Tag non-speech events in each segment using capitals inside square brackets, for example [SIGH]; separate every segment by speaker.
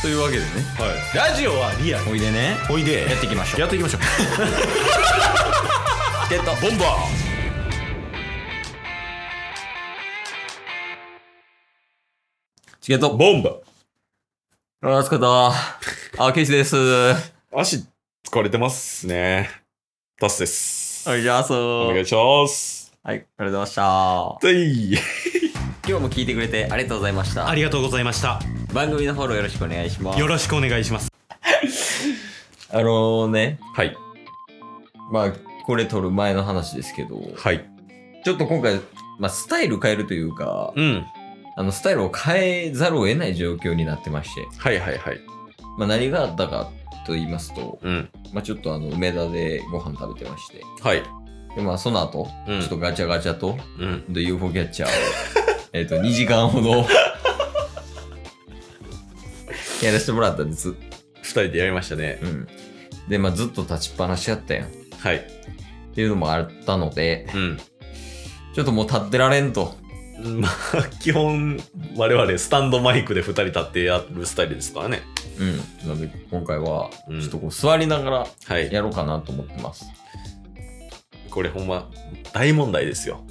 Speaker 1: というわけでね
Speaker 2: はい、ラジオはリアル
Speaker 1: おいでね
Speaker 2: おいで
Speaker 1: やっていきましょう
Speaker 2: やって
Speaker 1: [LAUGHS]
Speaker 2: いきましょう
Speaker 1: ゲット
Speaker 2: ボンバ
Speaker 1: チケット
Speaker 2: ーボンバ
Speaker 1: ロラスカとあケイシです
Speaker 2: ー足疲れてますねタスです
Speaker 1: お願いします
Speaker 2: お
Speaker 1: は
Speaker 2: 願
Speaker 1: い
Speaker 2: いします
Speaker 1: ありがとうございました
Speaker 2: でい
Speaker 1: 今日も聞いてくれてありがとうございました
Speaker 3: ありがとうございました。
Speaker 1: 番組のフォローよろしくお願いします
Speaker 3: よろしくお願いします。
Speaker 1: あのね
Speaker 2: はい
Speaker 1: まあこれ撮る前の話ですけど
Speaker 2: はい
Speaker 1: ちょっと今回、まあ、スタイル変えるというか
Speaker 2: うん
Speaker 1: あのスタイルを変えざるを得ない状況になってまして、
Speaker 2: はいはいはい
Speaker 1: まあ、何があったかと言いますと、
Speaker 2: うん
Speaker 1: まあ、ちょっとあの梅田でご飯食べてまして
Speaker 2: はい
Speaker 1: で、まあ、その後
Speaker 2: うん
Speaker 1: ちょっとガチャガチャと、
Speaker 2: うん
Speaker 1: で UFO キャッチャーを [LAUGHS] えっと2時間ほど [LAUGHS] やらせてもらったんです、
Speaker 2: 二人でやりましたね
Speaker 1: うん、で、まあ、ずっと立ちっぱなしやったやんっ
Speaker 2: はい
Speaker 1: ていうのもあったので
Speaker 2: うん
Speaker 1: ちょっともう立ってられんと
Speaker 2: まあ基本我々スタンドマイクで二人立ってやるスタイルですからね
Speaker 1: うんなので今回は
Speaker 2: うん
Speaker 1: ちょっとこう座りながら
Speaker 2: はい
Speaker 1: やろうかなと思ってます、
Speaker 2: これほんま大問題ですよ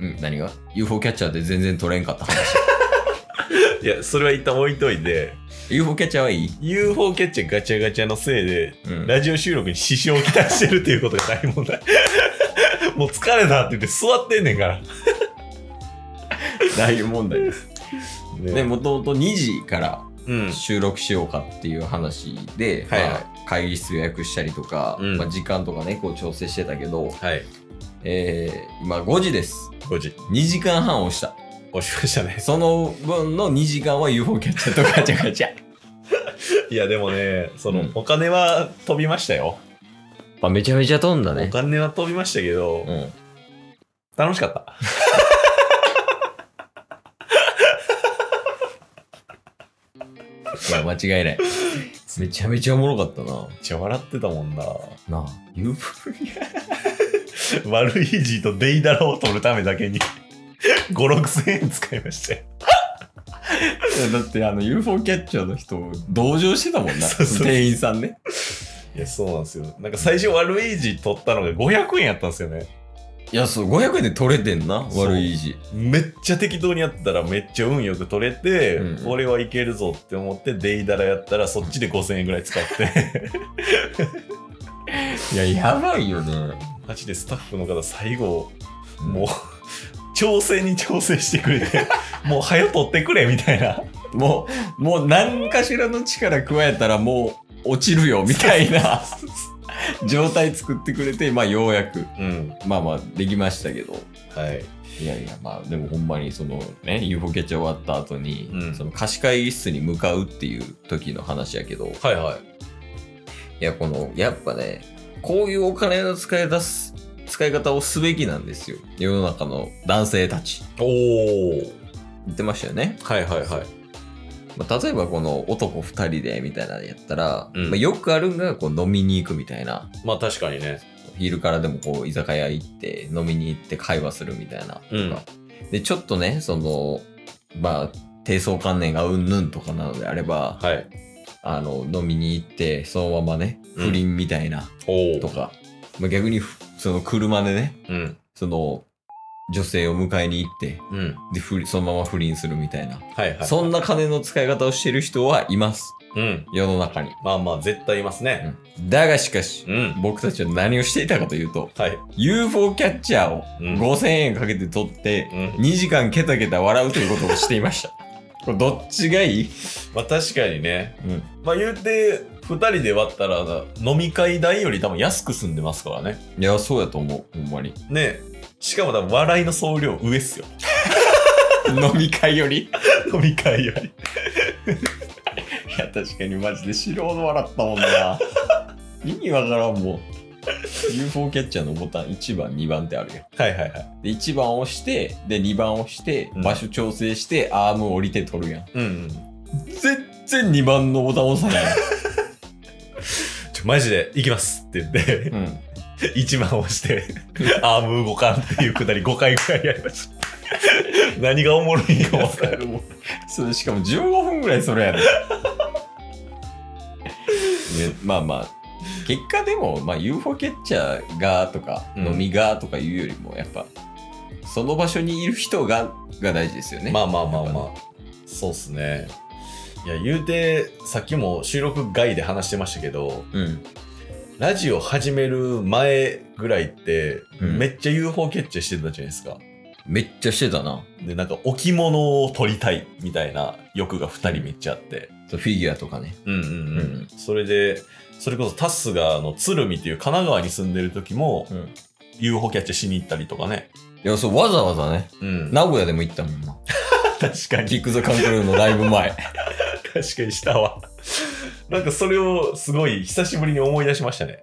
Speaker 1: うん、何が ?UFO キャッチャーで全然取れんかった [LAUGHS] 話
Speaker 2: いやそれは一旦置いといて
Speaker 1: UFO キャッチャーはいい
Speaker 2: UFO キャッチャーガチャガチャのせいで、
Speaker 1: うん
Speaker 2: ラジオ収録に支障をきたしてるっていうことが大問 [LAUGHS] 題もう疲れたって言って座ってんねんから、
Speaker 1: 大問題です。
Speaker 2: ね
Speaker 1: で、もともと2時から
Speaker 2: うん
Speaker 1: 収録しようかっていう話で、
Speaker 2: はいはい
Speaker 1: まあ会議室予約したりとか、
Speaker 2: うん
Speaker 1: まあ、時間とかね、こう調整してたけど、
Speaker 2: はい
Speaker 1: えー、今5時です。
Speaker 2: 5時
Speaker 1: 2時間半押した。
Speaker 2: 押しましたね
Speaker 1: その分の2時間は UFO キャッチャーとガチャガチャ。
Speaker 2: いやでもねその、
Speaker 1: うん
Speaker 2: お金は飛びましたよ、
Speaker 1: [LAUGHS] まあ、めちゃめちゃ飛んだ
Speaker 2: お。金は飛びましたけど、
Speaker 1: うん。
Speaker 2: 楽しかった
Speaker 1: まあ、間違いない。めちゃめちゃおもろかったな。
Speaker 2: めっちゃ笑ってたもんな [LAUGHS]
Speaker 1: なあ、UFO
Speaker 2: 悪い字とデイダラを取るためだけに56000円使いましたよ
Speaker 1: [LAUGHS] だってあの UFO キャッチャーの人同情してたもんな
Speaker 2: そうそう
Speaker 1: 店員さんね
Speaker 2: いやそうなんですよなんか最初悪い字取ったのが500円やったんですよね
Speaker 1: いやそう500円で取れてんな
Speaker 2: そう
Speaker 1: 悪い意地
Speaker 2: めっちゃ適当にやったらめっちゃ運よく取れて、
Speaker 1: うん
Speaker 2: 俺はいけるぞって思ってデイダラやったらそっちで5000円ぐらい使って [LAUGHS]
Speaker 1: いややばいよね
Speaker 2: マジでスタッフの方最後もう
Speaker 1: も
Speaker 2: 調整に調整してくれて [LAUGHS] もう早取ってくれみたいな
Speaker 1: うもうもう何かしらの力加えたらもう落ちるよみたい
Speaker 2: [LAUGHS]
Speaker 1: な状態作ってくれてまあようやく
Speaker 2: うん
Speaker 1: まあまあできましたけど
Speaker 2: はい
Speaker 1: いやいやまあでもほんまにそのね UFO キャッチャー終わった後に、
Speaker 2: うん
Speaker 1: その貸し会議室に向かうっていう時の話やけど、
Speaker 2: はいはい
Speaker 1: いや、この、やっぱね、こういうお金の使い出す、使い方をすべきなんですよ。世の中の男性たち。
Speaker 2: おお
Speaker 1: 言ってましたよね。
Speaker 2: はいはいはい
Speaker 1: まあ、例えばこの男二人でみたいなのやったら、
Speaker 2: うん
Speaker 1: まあ、よくあるんがこう飲みに行くみたいな。
Speaker 2: まあ確かにね
Speaker 1: 昼からでもこう居酒屋行って飲みに行って会話するみたいなとか。
Speaker 2: うん
Speaker 1: で、ちょっとね、その、まあ、低層観念がうんぬんとかなのであれば、
Speaker 2: はい
Speaker 1: あの、飲みに行って、そのままね、
Speaker 2: うん
Speaker 1: 不倫みたいな
Speaker 2: お
Speaker 1: と
Speaker 2: お
Speaker 1: か、まあ、逆にふその車でね、
Speaker 2: うん
Speaker 1: その女性を迎えに行って
Speaker 2: うん
Speaker 1: で不倫そのまま不倫するみたいな、
Speaker 2: はいはい
Speaker 1: そんな金の使い方をしてる人はいます
Speaker 2: うん
Speaker 1: 世の中に、
Speaker 2: まあまあ絶対いますね
Speaker 1: だがしかし、
Speaker 2: うん
Speaker 1: 僕たちは何をしていたかというと
Speaker 2: はい
Speaker 1: UFO キャッチャーを
Speaker 2: うん
Speaker 1: 5000円かけて取って、
Speaker 2: うん
Speaker 1: 2時間ケタケタ笑うということをしていました [LAUGHS] これどっちがいい、
Speaker 2: まあ確かにね
Speaker 1: うん、
Speaker 2: まあ言うて2人で割ったら飲み会代より多分安く済んでますからね
Speaker 1: いやそうやと思うほんまに
Speaker 2: ねしかも多分笑いの総量上っ [LAUGHS] すよ
Speaker 1: 飲み会より [LAUGHS]
Speaker 2: 飲み会より
Speaker 1: いや確かにマジで素人笑ったもんな [LAUGHS] 意味わからんもう UFO キャッチャーのボタン1番2番ってあるよ
Speaker 2: はいはいはい
Speaker 1: で1番押してで2番押して
Speaker 2: うん
Speaker 1: 場所調整して、アーム降りて取るやん
Speaker 2: うん、うん、
Speaker 1: 全然2番のボタン押さない、
Speaker 2: ちょマジで行きますって言って [LAUGHS]
Speaker 1: うん、
Speaker 2: 1番押 [LAUGHS] してアーム動かんっていうくだり5回くらいやりました [LAUGHS] 何がおもろいんやろ
Speaker 1: それもそれしかも15分ぐらいそれやでねまあまあ結果でも、まあ、UFO キャッチャーがとか、
Speaker 2: うん
Speaker 1: 飲みがとかいうよりもやっぱその場所にいる人がが大事ですよね、
Speaker 2: まあまあまあまあ、そうっすね。いや、言うて、さっきも収録外で話してましたけど、
Speaker 1: うん、
Speaker 2: ラジオ始める前ぐらいって、
Speaker 1: うん
Speaker 2: めっちゃ UFO キャッチャーしてたじゃないですか。
Speaker 1: めっちゃしてたな
Speaker 2: で、なんか置物を取りたいみたいな欲が2人めっちゃあって。
Speaker 1: そうフィギュアとかね
Speaker 2: うん
Speaker 1: う
Speaker 2: うんうん。それで、それこそタッスがあの鶴見っていう神奈川に住んでる時も、
Speaker 1: うん
Speaker 2: UFO キャッチャーしに行ったりとかね。
Speaker 1: いやそうわざわざね
Speaker 2: うん。
Speaker 1: 名古屋でも行ったもんな [LAUGHS]
Speaker 2: 確かに。
Speaker 1: キック・ザ・カントルーのライブ前
Speaker 2: 確かにしたわ。なんかそれをすごい久しぶりに思い出しましたね。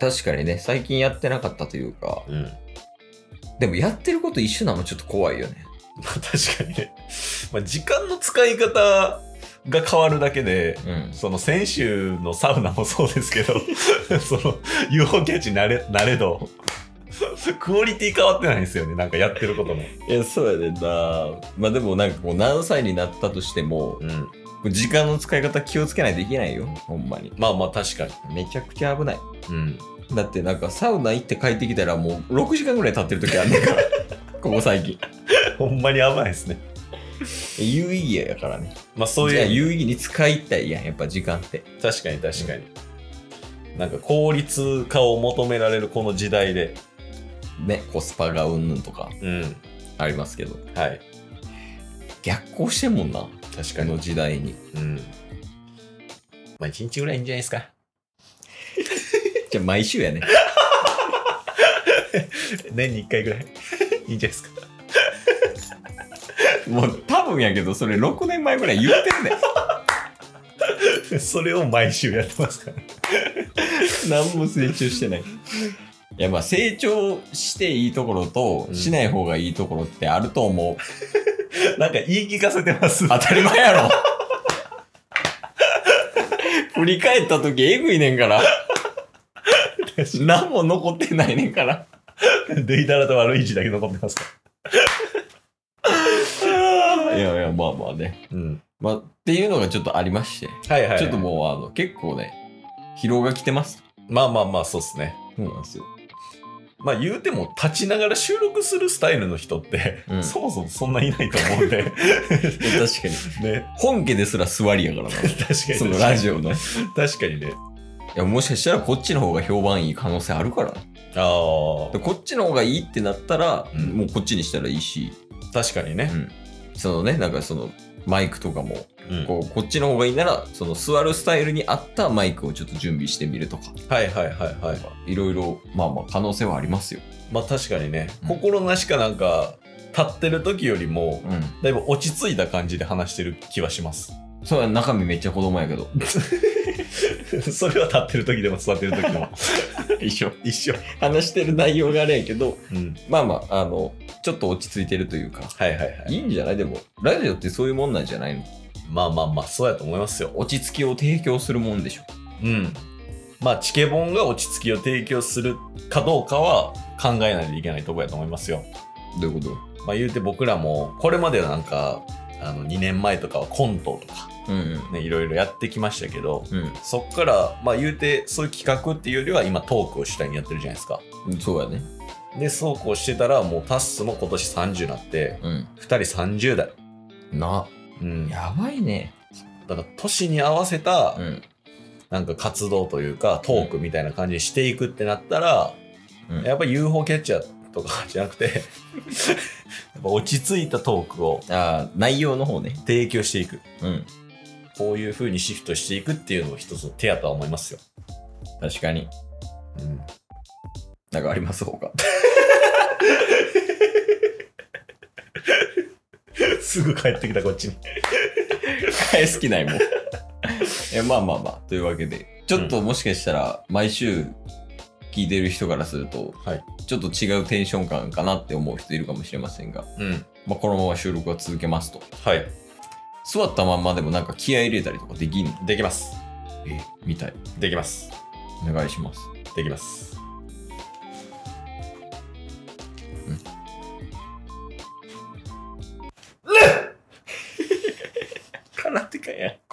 Speaker 1: 確かにね最近やってなかったというか
Speaker 2: うん。
Speaker 1: でもやってること一緒なのちょっと怖いよね
Speaker 2: まあ [LAUGHS] 確かにね。まあ時間の使い方が変わるだけで、
Speaker 1: うん
Speaker 2: その先週のサウナもそうですけど、 [LAUGHS] その UFO キャッチなれなれど、クオリティ変わってないんですよね。なんかやってることも。
Speaker 1: いやそうやねんなまあでもなんかこう何歳になったとしても
Speaker 2: うん。
Speaker 1: 時間の使い方気をつけないといけないよほんまに
Speaker 2: まあまあ確かに。
Speaker 1: めちゃくちゃ危ない
Speaker 2: うん。
Speaker 1: だってなんかサウナ行って帰ってきたらもう6時間ぐらい経ってる時あんねんから [LAUGHS] ここ最近
Speaker 2: [LAUGHS] ほんまにやばいですね。
Speaker 1: 有意義やからね
Speaker 2: まあそう
Speaker 1: じゃあ
Speaker 2: いう、
Speaker 1: 有意義に使いたいやんやっぱ時間って
Speaker 2: 確かに確かに。なんか効率化を求められるこの時代で。
Speaker 1: ねコスパがうんぬんとか
Speaker 2: うん。
Speaker 1: ありますけど
Speaker 2: はい。
Speaker 1: 逆行してんもんなこ
Speaker 2: 確かに。
Speaker 1: の時代に
Speaker 2: うん。まあ、一日ぐらいいいんじゃないですか。
Speaker 1: じゃあ毎週やね
Speaker 2: [LAUGHS] 年に一回ぐらい。 [LAUGHS] いいんじゃないですか。
Speaker 1: もう多分やけどそれ6年前ぐらい言ってんねん
Speaker 2: [LAUGHS] それを毎週やってますから。
Speaker 1: [LAUGHS] 何も成長してないいやまあ成長していいところと
Speaker 2: うん
Speaker 1: しない方がいいところってあると思う、
Speaker 2: [LAUGHS] なんか言い聞かせてます。
Speaker 1: 当たり前や [LAUGHS] ろ振り返った時えぐいねんから何も残ってないねんから
Speaker 2: [LAUGHS] デイダラと悪い字だけ残って
Speaker 1: [LAUGHS]
Speaker 2: ますか
Speaker 1: いやいやまあまあね
Speaker 2: ら。うん。
Speaker 1: まあっていうのがちょっとありまして、
Speaker 2: はいはい、
Speaker 1: ちょっともうあの結構ね疲労がきてます
Speaker 2: う。まあまあまあ、そうっすね。
Speaker 1: そうなんですよ
Speaker 2: まあ言うても立ちながら収録するスタイルの人って、
Speaker 1: うん
Speaker 2: そもそもそんないないと思うんで。 [LAUGHS]
Speaker 1: 確かに
Speaker 2: ね。
Speaker 1: 本家ですら座りや [LAUGHS] からな
Speaker 2: 確かに。
Speaker 1: そのラジオのい
Speaker 2: オ。確かにね。
Speaker 1: やもしかしたらこっちの方が評判いい可能性あるから
Speaker 2: あ
Speaker 1: でこっちの方がいいってなったら、
Speaker 2: うん
Speaker 1: もうこっちにしたらいいし、
Speaker 2: あ。確かにね。
Speaker 1: そのねなんかそのマイクとかも
Speaker 2: うん
Speaker 1: こうこっちの方がいいならその座るスタイルに合ったマイクをちょっと準備してみるとか
Speaker 2: はいはいはいはい。
Speaker 1: いろいろまあまあ可能性はありますよ、
Speaker 2: まあ確かにね、
Speaker 1: うん
Speaker 2: 心なしかなんか立ってる時よりも
Speaker 1: うん、
Speaker 2: だいぶ落ち着いた感じで話してる気はします [LAUGHS]
Speaker 1: それは中身めっちゃ子供やけど
Speaker 2: それは立ってる時でも座ってる
Speaker 1: [LAUGHS]
Speaker 2: 時でも
Speaker 1: 一緒
Speaker 2: 一緒、
Speaker 1: 話してる内容があれやけど
Speaker 2: うん、
Speaker 1: まあまああのちょっと落ち着いてるというか
Speaker 2: はいはいはい
Speaker 1: いいんじゃないでもラジオってそういうもんなんじゃないの
Speaker 2: まあまあまあそうやと思いますよ
Speaker 1: 落ち着きを提供するもんでしょ
Speaker 2: うんまあチケボンが落ち着きを提供するかどうかは考えないといけないとこやと思いますよ
Speaker 1: どういうこ
Speaker 2: まあ言うて僕らもこれまではなんかあの2年前とかはコントとか
Speaker 1: とうんうん
Speaker 2: ねいろいろやってきましたけど
Speaker 1: う
Speaker 2: そっからまあ言うてそういう企画っていうよりは今トークを主体にやってるじゃないですか
Speaker 1: んそうやね
Speaker 2: でそうこうしてたらもうタッスも今年30になって
Speaker 1: うん
Speaker 2: 2人30代、
Speaker 1: な
Speaker 2: うん、だ
Speaker 1: やばいね
Speaker 2: から年に合わせた
Speaker 1: ん
Speaker 2: なんか活動というかトークみたいな感じにしていくってなったら、
Speaker 1: うん
Speaker 2: やっぱ UFO キャッチャーとかじゃなくて [LAUGHS] やっぱ落ち着いたトークを
Speaker 1: ああ内容の方ね
Speaker 2: 提供していく
Speaker 1: うん
Speaker 2: こういう風にシフトしていくっていうのも一つの手やとは思いますよ、
Speaker 1: 確かに
Speaker 2: うん、
Speaker 1: なんかありますほ [LAUGHS] か。
Speaker 2: [LAUGHS] すぐ帰ってきたこっちに
Speaker 1: 返す気ないもん。 [LAUGHS] え、まあまあまあ。というわけで、ちょっともしかしたら、毎週聞いてる人からすると、
Speaker 2: はい
Speaker 1: ちょっと違うテンション感かなって思う人いるかもしれませんが、
Speaker 2: うん
Speaker 1: まあ、このまま収録は続けますと。
Speaker 2: はい
Speaker 1: 座ったまんまでもなんか気合い入れたりとかできんの
Speaker 2: できます
Speaker 1: え、みたい。
Speaker 2: できます
Speaker 1: お願いします。
Speaker 2: できます
Speaker 1: 空手かや。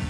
Speaker 2: す